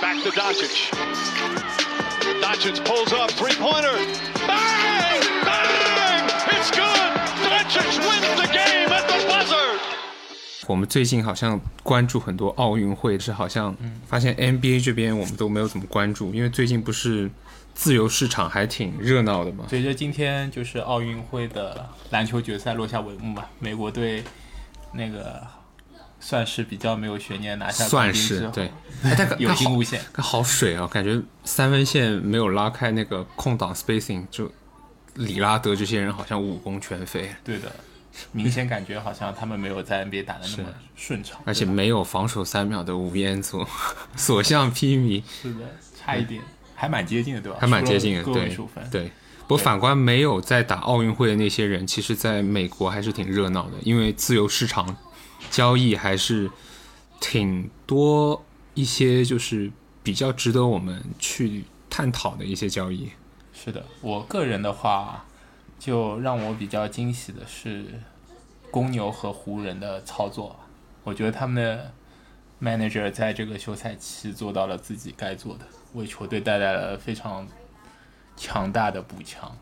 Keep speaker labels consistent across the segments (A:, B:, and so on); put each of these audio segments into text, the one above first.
A: back to Doncic. Doncic pulls up, three pointer. Bang! Bang! It's good! Doncic wins the game at the buzzer!
B: 我们最近好像关注很多奥运会，是好像
C: 嗯
B: 发现 NBA 这边我们都没有怎么关注，因为最近不是自由市场还挺热闹的嘛。
C: 随着今天就是奥运会的篮球决赛落下帷幕吧，美国队那个算是比较没有悬念拿下
B: 算
C: 冠军之
B: 是
C: 后
B: 对，哎但
C: 有惊无险。
B: 它好水啊，感觉三分线没有拉开那个空档 spacing，就里拉德这些人好像武功全非，
C: 对的，明显感觉好像他们没有在 NBA 打的那么顺畅，
B: 而且没有防守三秒的吴彦祖， 所向披靡，
C: 是的，差一点，还蛮接近的，对吧？
B: 还蛮接近的，
C: 输了个位
B: 对
C: 数分，
B: 对。不过反观没有在打奥运会的那些人，其实在美国还是挺热闹的，因为自由市场交易还是挺多一些，就是比较值得我们去探讨的一些交易。
C: 是的，我个人的话，就让我比较惊喜的是公牛和湖人的操作。我觉得他们的 manager 在这个休赛期做到了自己该做的，为球队带来了非常强大的补强。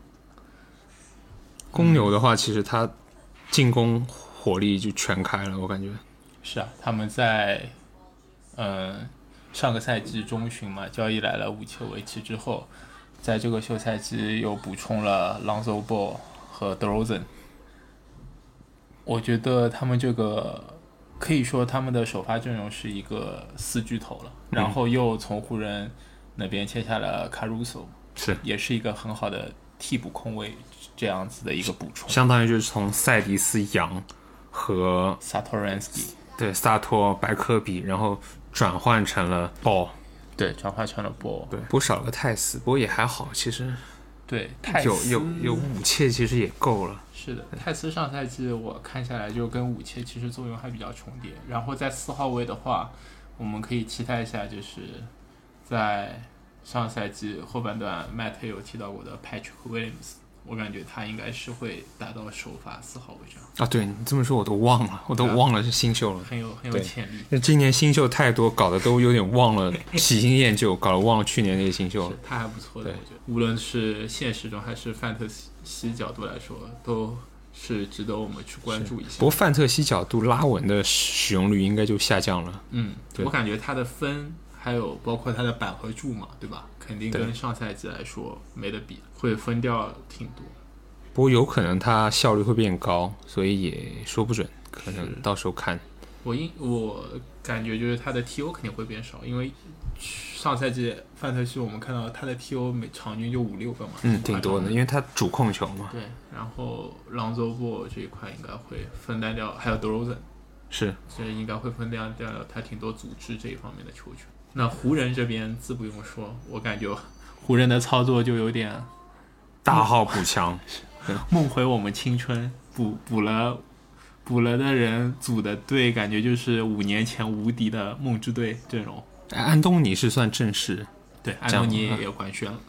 B: 公牛的话，其实他进攻火力就全开了，我感觉。
C: 是啊，他们在嗯、呃上个赛季中旬嘛，交易来了武切维奇之后，在这个休赛期又补充了 Lonzo Ball 和 DeRozan。我觉得他们这个可以说他们的首发阵容是一个四巨头了，然后又从湖人那边签下了 Caruso，
B: 是，
C: 也是一个很好的替补控卫这样子的一个补充。
B: 相当于就是从塞迪斯杨和
C: Satoransky
B: 对萨托、白科比，然后转换成了鲍，
C: 对转化成了 Ball，
B: 对，不过少了个泰斯，不过也还好，其实
C: 对泰
B: 有
C: 斯
B: 有有武切其实也够了。
C: 是的，泰斯上赛季我看下来就跟武切其实作用还比较重叠。然后在四号位的话，我们可以期待一下，就是在上赛季后半段麦特有提到过的 Patrick Williams，我感觉他应该是会达到首发四号位这样，
B: 啊，对你这么说我都忘了，我都
C: 啊
B: 忘了是新秀了。
C: 很有很有
B: 对
C: 潜力。
B: 那今年新秀太多，搞得都有点忘 了，喜新厌旧，搞得忘了去年那些新秀了。
C: 他还不错的，
B: 哦对
C: 我觉得，无论是现实中还是范特西角度来说，都是值得我们去关注一下
B: 不。过范特西角度拉文的使用率应该就下降了。
C: 嗯，
B: 对
C: 我感觉他的分还有包括他的板和柱嘛，对吧？肯定
B: 对
C: 跟上赛季来说没得比，会分掉挺多。
B: 不过有可能他效率会变高，所以也说不准，可能到时候看。
C: 我应我感觉就是他的 TO 肯定会变少，因为上赛季范特西我们看到他的 TO 每场均就五六个嘛，
B: 嗯，挺多
C: 夸张
B: 的，因为他主控球嘛。
C: 对，然后朗佐布这一块应该会分担掉，还有德罗赞，
B: 是，
C: 这应该会分担掉他挺多组织这一方面的球权。那湖人这边自不用说，我感觉湖人的操作就有点
B: 大号补强，
C: 梦回我们青春，补补了补了的人组的队，感觉就是五年前无敌的梦之队阵容。
B: 哎安东尼是算正式，
C: 对，安
B: 这样
C: 东尼
B: 吗
C: 也官宣了，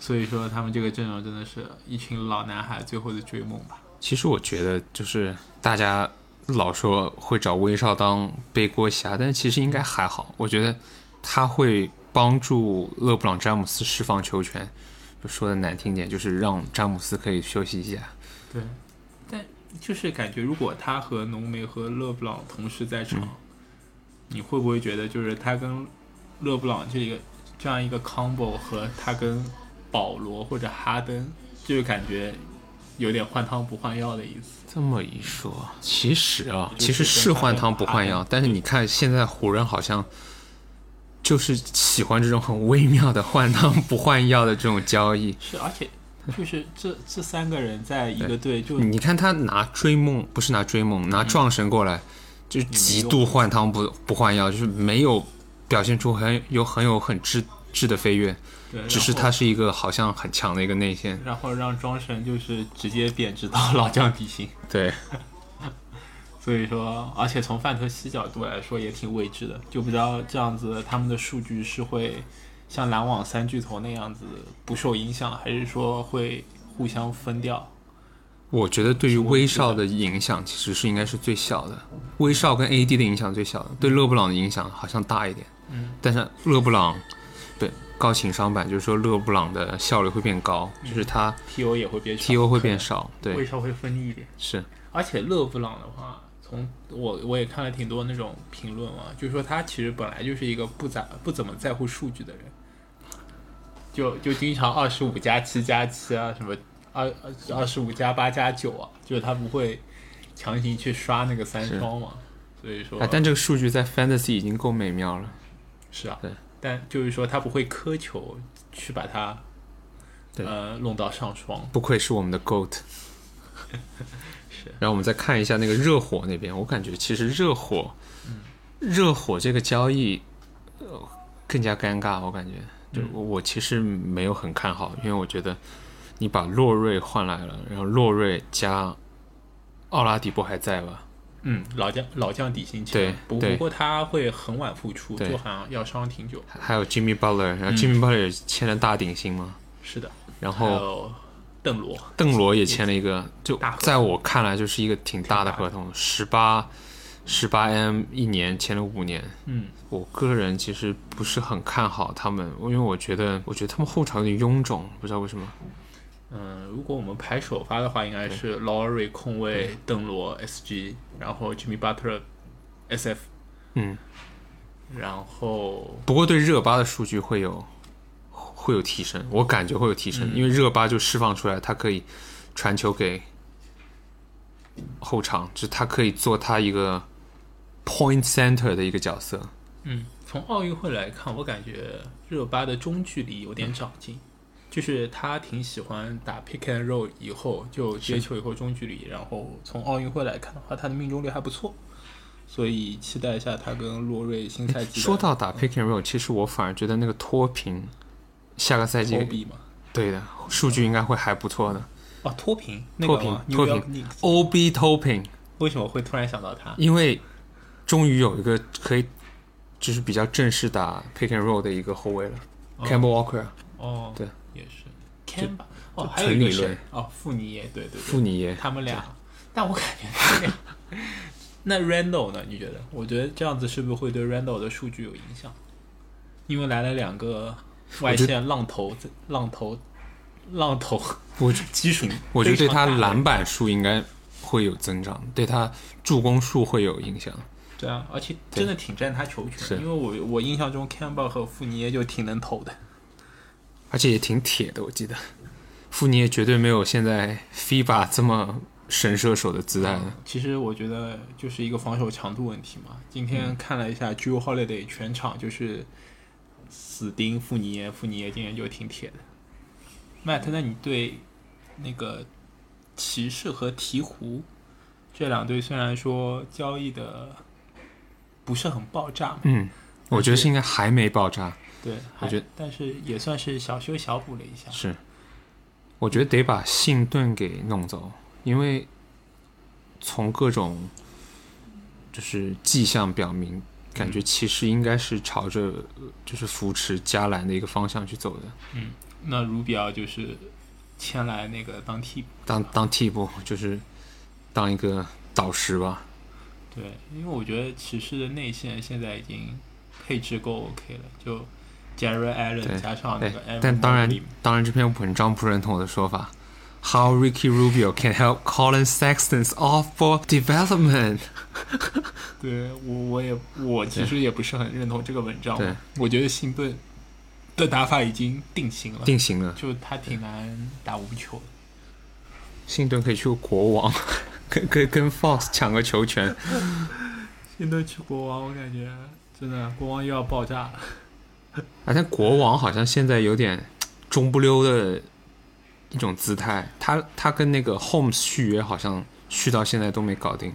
C: 所以说他们这个阵容真的是一群老男孩最后的追梦吧。
B: 其实我觉得，就是大家老说会找威少当背锅侠，但其实应该还好。我觉得他会帮助勒布朗詹姆斯释放球权，就说的难听点，就是让詹姆斯可以休息一下。
C: 对，但就是感觉如果他和浓眉和勒布朗同时在场，
B: 嗯
C: 你会不会觉得就是他跟勒布朗这一个这样一个 combo 和他跟保罗或者哈登，就是感觉有点换汤不换药的意思。
B: 这么一说，其实啊，
C: 嗯就是
B: 其实是换汤不换药
C: 跟，
B: 但是你看现在湖人好像就是喜欢这种很微妙的换汤不换药的这种交易。
C: 是，而 且就是这这三个人在一个队就
B: 你看他拿追梦，不是拿追梦，拿撞神过来，就是极度换汤不不换药，就是没有表现出很有很有很质质的飞跃，
C: 对
B: 只是他是一个好像很强的一个内线。
C: 然后，然后让庄神就是直接贬值到老将底薪。
B: 对，
C: 所以说，而且从范特西角度来说也挺未知的，就不知道这样子他们的数据是会像篮网三巨头那样子不受影响，还是说会互相分掉？
B: 我觉得对于威少的影响其实是应该是最小的，威少跟 AD 的影响最小的，对勒布朗的影响好像大一点。
C: 嗯，
B: 但是勒布朗，对高情商版，就是说勒布朗的效率会变高，就是他
C: TO 也会变少
B: TO 会变少，
C: 会
B: 对，
C: 稍微分一点。
B: 是，
C: 而且勒布朗的话，从我我也看了挺多那种评论嘛，就说他其实本来就是一个不咋不怎么在乎数据的人，就就经常二十五加七加七啊，什么二二十五加八加九啊，就是他不会强行去刷那个三
B: 是
C: 双嘛，所以说
B: 啊，但这个数据在 Fantasy 已经够美妙了，
C: 是啊
B: 对，
C: 但就是说他不会苛求去把它
B: 对
C: 呃弄到上双，
B: 不愧是我们的 GOAT。然后我们再看一下那个热火那边，我感觉其实热火，
C: 嗯
B: 热火这个交易，呃，更加尴尬。我感觉，就
C: 嗯
B: 我我其实没有很看好，因为我觉得你把洛瑞换来了，然后洛瑞加奥拉迪波还在吧？
C: 嗯，老将老将底薪强，
B: 对
C: 不
B: 对
C: 不过他会很晚复出，
B: 对
C: 就好像要伤挺久。
B: 还有 Jimmy Butler，然后 Jimmy Butler 也签了大顶薪嘛，
C: 是的，
B: 然
C: 嗯还
B: 后
C: 有邓罗，
B: 邓罗也签了一个，就
C: 大合同
B: 在我看来就是一个挺大的
C: 挺大
B: 合同，十八十八 M 一年签了五年。
C: 嗯，
B: 我个人其实不是很看好他们，因为我觉得，我觉得他们后场有点臃肿，不知道为什么。
C: 嗯，如果我们排首发的话，应该是劳瑞控卫、邓罗 SG，然后 Jimmy Butler SF，
B: 嗯，
C: 然后
B: 不过对热巴的数据会有会有提升，我感觉会有提升，
C: 嗯
B: 因为热巴就释放出来，他可以传球给后场，就是他可以做他一个 point center 的一个角色。
C: 嗯，从奥运会来看，我感觉热巴的中距离有点长进，就是他挺喜欢打 pick and roll 以后就接球以后中距离，然后从奥运会来看的话，他的命中率还不错，所以期待一下他跟洛瑞新赛季
B: 哎
C: 的
B: 说到打 pick and roll，其实我反而觉得那个脱贫下个赛
C: 欧
B: 季
C: 比嘛，
B: 对的数据应该会还不错的。
C: 哦脱贫那
B: 脱
C: 个
B: 贫哦
C: 吗，
B: 脱
C: New York
B: 贫
C: Knicks
B: ，OB 脱贫。
C: 为什么会突然想到他？
B: 因为终于有一个可以就是比较正式打 pick and roll 的一个后卫了、c a m b e l Walker、
C: 哦，
B: 对，
C: 也是 c a m b a 哦，还有
B: 纯
C: 一个
B: 理论
C: 谁？哦，富尼耶，对对对，
B: 富尼耶，
C: 他们俩， 但我感觉他俩。那 Randall 呢？你觉得？我觉得这样子是不是会对 Randall 的数据有影响？因为来了两个外线浪头，浪头，浪头，
B: 我
C: 基础，
B: 我觉得对他
C: 非常大
B: 篮板数应该会有增长，对他助攻数会有影响。
C: 对啊，而且真的挺占他球
B: 是
C: 权，因为我我印象中 Campbell 和富尼耶就挺能投的。
B: 而且也挺铁的，我记得。富尼耶绝对没有现在 FIBA 这么神射手的姿态了。
C: 其实我觉得就是一个防守强度问题嘛。今
B: 嗯
C: 天看了一下 j u Holiday 全场就是死盯富尼耶，富尼耶今天就挺铁的。Matt，那你对那个骑士和鹈鹕这两队虽然说交易的不是很爆炸嘛，
B: 嗯，我觉得是应该还没爆炸，
C: 对，
B: 我觉
C: 得，但是也算是小修小补了一下。
B: 是，我觉得得把信顿给弄走，因为从各种就是迹象表明，感觉其实应该是朝着呃就是扶持加兰的一个方向去走的，
C: 那卢比奥就是签来那个当替补。
B: 当当替补就是当一个导师吧。
C: 对，因为我觉得骑士的内线现在已经配置够 OK 了，就 Jerry
B: 对
C: Allen 加上那
B: 对
C: 个 Evan，
B: 哎但当然
C: Mobley，
B: 当然这篇文章不认同我的说法。How Ricky Rubio can help Colin Sexton's off-ball development？
C: 对我我也我其实也不是很认同这个文章
B: 对，
C: 我觉得辛顿的打法已经定型了，
B: 定型了，
C: 就他挺难打无球的。
B: 信顿可以去个国王， 跟跟跟 Fox 抢个球权。
C: 辛顿去国王，我感觉真的国王又要爆炸了。
B: 啊，但国王好像现在有点中不溜的一种姿态，他他跟那个 Holmes 续约好像续到现在都没搞定。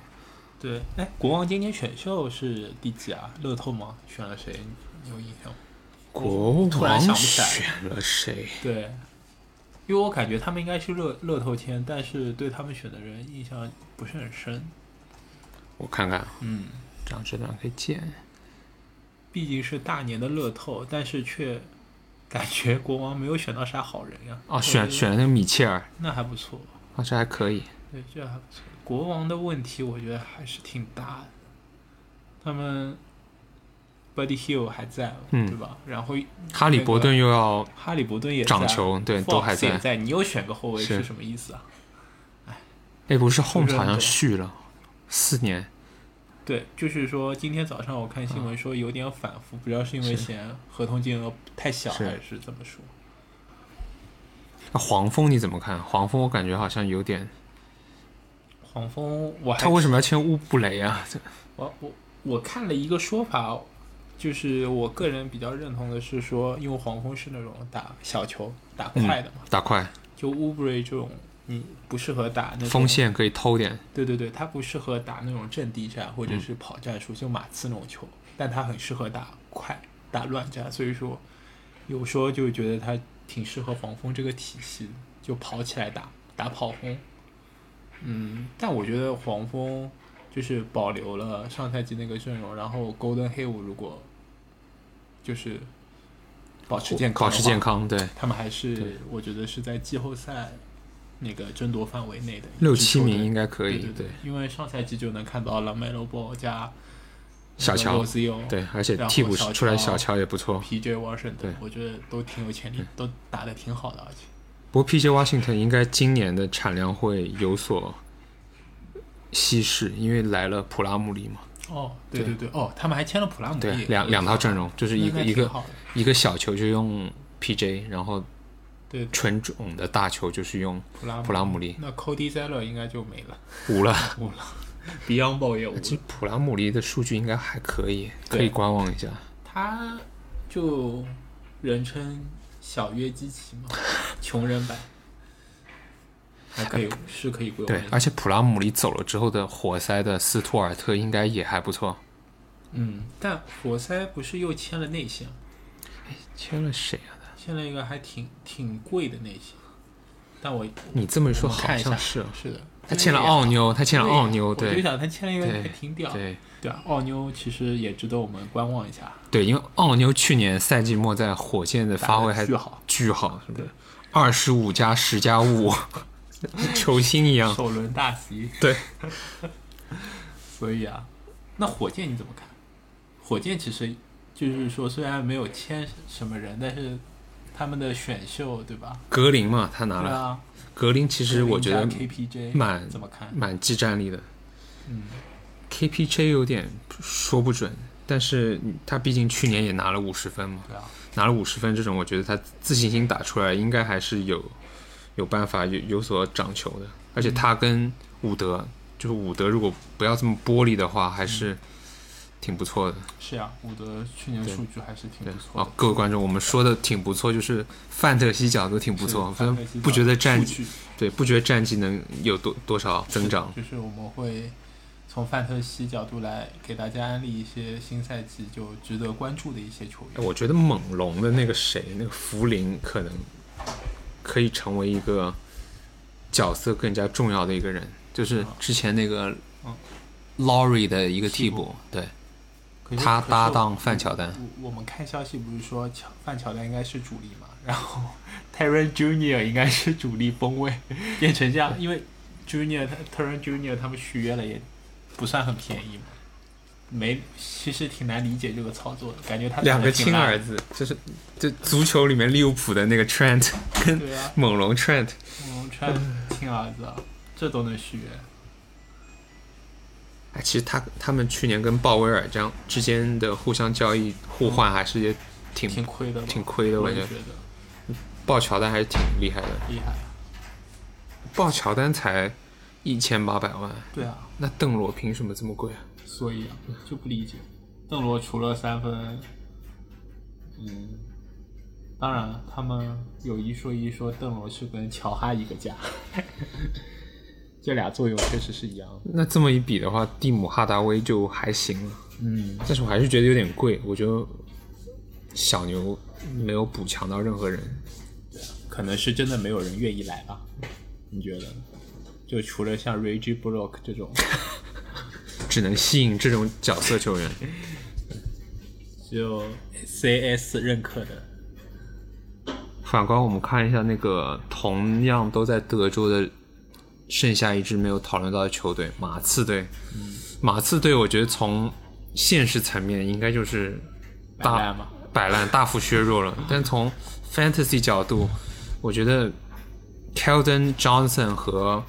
C: 对，哎，国王今年选秀是第几啊？乐透吗？选了谁？你有印象吗？
B: 国
C: 突然想
B: 王
C: 不起来
B: 选了谁？
C: 对，因为我感觉他们应该是乐乐透签，但是对他们选的人印象不是很深。
B: 我看看，
C: 嗯，
B: 这样这段可以见。
C: 毕竟是大年的乐透，但是却感觉国王没有选到啥好人呀、
B: 哦，选
C: 我觉得
B: 选了那个米切尔，
C: 那还不错，
B: 啊，这还可以。
C: 对，这还不错。国王的问题我觉得还是挺大的，他们 Buddy Hill 还在，
B: 嗯
C: 对吧？然后
B: 哈里
C: 那个
B: 伯顿又要
C: 哈利伯顿也在
B: 掌球对都
C: Fox
B: 还在
C: 也在。你又选个后卫
B: 是
C: 是什么意思啊？
B: 哎，不是 Holmes
C: 是
B: 好像
C: 的
B: 续了四年，
C: 对，就是说今天早上我看新
B: 嗯
C: 闻说有点反复，不知道是因为嫌合同金额太小
B: 是
C: 还是怎么说。
B: 那黄蜂你怎么看？黄蜂我感觉好像有点，
C: 黄蜂，我还
B: 他为什么要签乌布雷啊？这
C: 我我我看了一个说法，就是我个人比较认同的是说，因为黄蜂是那种打小球打
B: 嗯
C: 快的嘛，
B: 打快
C: 就乌布瑞这种你不适合打那种
B: 锋，线可以偷点，
C: 对对对，他不适合打那种阵地战或
B: 嗯
C: 者是跑战术，就马刺那种球，但他很适合打快打乱战，所以说有时候就觉得他挺适合黄蜂这个体系，就跑起来打打跑轰。嗯，但我觉得黄蜂就是保留了上赛季那个阵容，然后 Golden Hill 如果就是保持健康，
B: 保持健，康，对，
C: 他们还是我觉得是在季后赛那个争夺范围内的
B: 六七名应
C: 该
B: 该可以，
C: 对对，因为上赛季就能看到了 Melo Ball 加
B: 小乔
C: 罗，斯尤、
B: 对，而且
C: 然后
B: 替补
C: 小
B: 出来小
C: 乔
B: 乔也不错，
C: PJ Washington，
B: 对
C: 我觉得都挺有潜力，都打得挺好的，而且
B: 不过 P.J. Washington 应该今年的产量会有所稀释，因为来了普拉姆利嘛，
C: 哦，对对对，哦，他们还签了普拉姆
B: 对
C: 利，，
B: 两两套阵容，就是一个
C: 那
B: 一
C: 挺
B: 个
C: 好的
B: 一个小球就用 P.J.，然后
C: 对
B: 纯种的大球就是用
C: 普拉
B: 普拉姆利，
C: 那 Cody Zeller 应该就没了
B: 无了。
C: ，Beyond Ball 也无了
B: 啊其实普拉姆利的数据应该还可以，可
C: 对
B: 以观望一下。
C: 他就人称小约基奇 嘛，穷人版，还可以是可以归
B: 对，而且普拉姆利走了之后的活塞的斯图尔特应该也还不错。
C: 嗯，但活塞不是又签了内线，
B: 签了谁啊？
C: 签了一个还挺挺贵的内线，但我
B: 你这么说
C: 我们
B: 好
C: 看一下
B: 像是啊，
C: 是的，
B: 他签了奥妞，他签了
C: 对
B: 奥妞，
C: 我就
B: 对
C: 想他签了一个
B: 对
C: 还挺屌，
B: 对
C: 对啊，奥妞其实也值得我们观望一下，
B: 对，因为奥妞去年赛季末在火箭的发挥还
C: 打得巨好，
B: 巨好，是不是？二十五加十加五，球星一样。
C: 首轮大席，
B: 嗯 对，
C: 所以啊，那火箭你怎么看？火箭其实就是说，虽然没有签什么人，但是他们的选秀，对吧？
B: 格林嘛，他拿
C: 对
B: 了。
C: 啊，
B: 格林其实我觉得
C: KPJ
B: 蛮
C: 怎么看？
B: 蛮技战力的。
C: 嗯
B: KPJ 有点说不准，但是他毕竟去年也拿了五十分嘛，
C: 对啊，
B: 拿了五十分这种，我觉得他自信心打出来，应该还是有有办法有有所掌球的。而且他跟伍德，就是伍德如果不要这么玻璃的话，还是挺不错的。
C: 是呀、伍德去年数据还是挺
B: 对
C: 不，嗯错
B: 哦
C: 的，，
B: 各位观众，我们说的挺不错，就是范特西角度挺不错，
C: 是范佩西
B: 不觉得
C: 的
B: 战
C: 数
B: 绩
C: 据
B: 对，不觉得战绩能有多多少增长？
C: 就是我们会从范特西角度来给大家安利一些新赛季就值得关注的一些球员。
B: 哎我觉得猛龙的那个谁，那个福林可能可以成为一个角色更加重要的一个人，就是
C: 啊
B: 之前那个
C: 嗯
B: Laurie 的一个替
C: 替
B: 补，对
C: 可是
B: 他
C: 可是
B: 搭
C: 我
B: 档范乔丹，
C: 我我们看消息不是说乔范乔丹应该是主力嘛，然后 Terry Junior 应该是主力锋卫，变成这样，因为 Junior 他 Terry Junior 他们续约了也不算很便宜嘛，没其实挺难理解这个操作的，感觉他
B: 两个
C: 挺
B: 亲
C: 烂
B: 儿子，就是就足球里面利物浦的那个 Trent 跟
C: 对啊，
B: 猛龙 Trent，
C: 我们穿亲儿子啊，这都能续约，
B: 哎，其实他他们去年跟鲍威尔这样之间的互相交易互换还是也挺
C: 挺亏的吧，
B: 挺亏的，
C: 我
B: 我
C: 也
B: 觉得
C: 觉得
B: 鲍乔丹还是挺厉害的，
C: 厉害啊，
B: 鲍乔丹才一千八百万。
C: 对啊，
B: 那邓罗凭什么这么贵啊？
C: 所以啊就不理解，邓罗除了三分，嗯，当然他们有一说一说邓罗是跟乔哈一个价， 这俩作用确实是一样的，
B: 那这么一比的话，蒂姆哈达威就还行了，
C: 嗯，
B: 但是我还是觉得有点贵。我觉得小牛没有补强到任何人，
C: 啊可能是真的没有人愿意来吧，你觉得呢？就除了像 Reggie Block 这种，
B: 只能吸引这种角色球员。
C: 只有 CS 认可的。
B: 反观我们看一下那个同样都在德州的，剩下一支没有讨论到的球队马刺队。马刺队，我觉得从现实层面应该就是
C: 摆
B: 大
C: 烂嘛
B: 摆烂，大幅削弱了。但从 fantasy 角度，我觉得 Keldon Johnson 和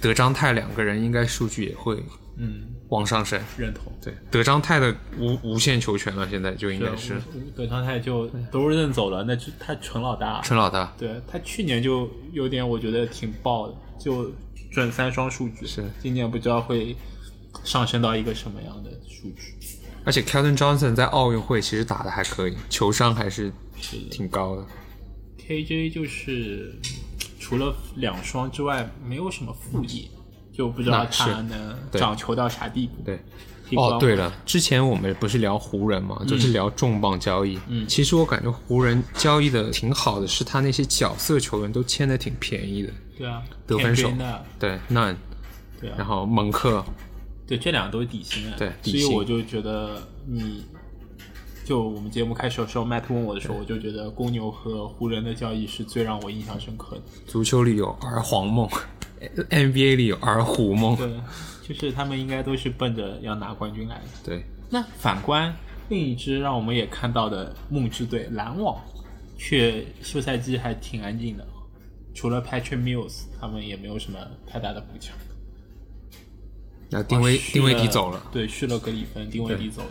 B: 德章泰两个人应该数据也会
C: 嗯，
B: 往上升。
C: 认同。
B: 对，德章泰的无无限球权了，现在就应该是啊
C: 葛常泰就都认走了，那就他纯老大。
B: 陈老大。
C: 对他去年就有点，我觉得挺爆的，就准三双数据。
B: 是
C: 今年不知道会上升到一个什么样的数据。
B: 而且 Keldon Johnson 在奥运会其实打的还可以，球商还是挺高的。
C: KJ 就是除了两双之外，没有什么副业，就不知道
B: 那是
C: 他能
B: 对
C: 掌球到啥地步。
B: 对，
C: 提
B: 哦
C: 高，
B: 对了，之前我们不是聊湖人嘛，就是聊重磅交易。嗯，其实我感觉湖人交易的挺好的，是他那些角色球员都签的挺便宜的。
C: 对啊，
B: 得分手
C: KJ 呢
B: 对，那
C: 对啊，
B: 然后蒙克，
C: 对，这两个都是底薪啊。
B: 对
C: 所
B: 底
C: 以
B: 薪
C: 我就觉得你，就我们节目开始的时候，麦特问我的时候，我就觉得公牛和湖人的交易是最让我印象深刻的。
B: 足球里有儿皇梦，NBA 里有儿虎梦。
C: 对，就是他们应该都是奔着要拿冠军来的。
B: 对，
C: 那反观另一支让我们也看到的梦之队篮网，却休赛季还挺安静的，除了 Patrick Mills，他们也没有什么太大的补强。
B: 那丁威
C: 续
B: 丁威
C: 了
B: 迪走了，
C: 对，续了格里芬，丁威迪走了。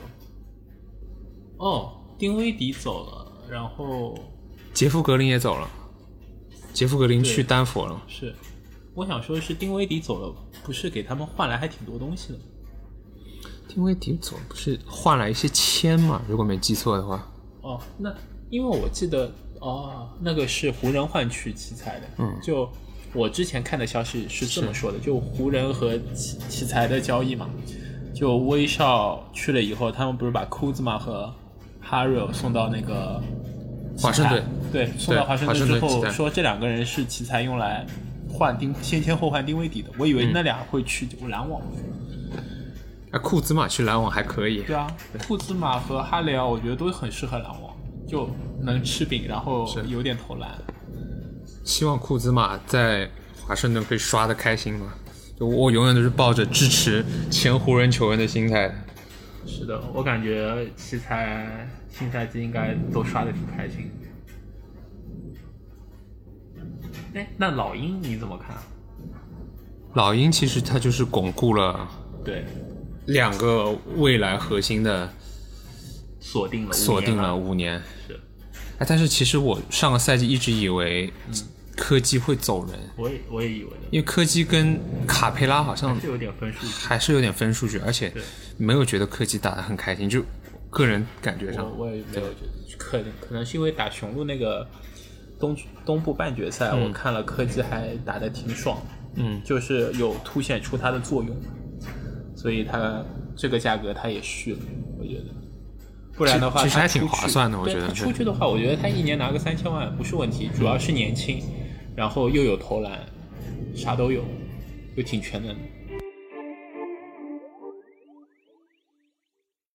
C: 哦，丁威迪走了，然后
B: 杰夫格林也走了，杰夫格林去
C: 对
B: 丹佛了。
C: 是，我想说的是丁威迪走了，不是给他们换来还挺多东西的。
B: 丁威迪走不是换来一些签嘛？如果没记错的话，
C: 哦，那因为我记得哦，那个是湖人换取奇才的，嗯，就我之前看的消息是这么说的，就湖人和奇奇才的交易嘛，就威少去了以后，他们不是把库兹马和哈瑞尔送到那个
B: 华盛顿
C: 奇才，对，送到
B: 对
C: 华盛
B: 华盛
C: 顿之
B: 顿
C: 后
B: 奇，才
C: 说这两个人是奇才用来换丁先签后换丁威迪的，我以
B: 嗯
C: 为那俩会去篮网，
B: 啊，库兹马去篮网还可以。
C: 对啊，库兹马和哈雷尔，我觉得都很适合篮网，就能吃饼，然后有点投篮。
B: 希望库兹马在华盛顿可以刷的开心嘛。就我永远都是抱着支持前湖人球员的心态的。
C: 是的，我感觉奇才新赛季应该都刷的挺开心。哎，那老鹰你怎么看？
B: 老鹰其实他就是巩固了
C: 对，
B: 两个未来核心的
C: 锁定了，
B: 锁定了，五年。
C: 是，
B: 哎，但是其实我上个赛季一直以为科基会走人，
C: 我也我也以为的，
B: 因为科基跟卡佩拉好像
C: 是有点分数。
B: 还是有点分数据，而且没有觉得科基打得很开心，就个人感觉上
C: 我。我也没有觉得，可能可能是因为打雄鹿那个东东部半决赛，我看了科技还打得挺爽，
B: 嗯，
C: 就是有凸显出它的作用，所以它这个价格它也续了，我觉得。不然的话，
B: 其实
C: 它
B: 还挺
C: 出去
B: 划算的我
C: 对
B: 觉得
C: 它
B: 是
C: 出去的话，我觉得他一年拿个三千万不是问题，主要是年轻，然后又有投篮，啥都有，又挺全能的。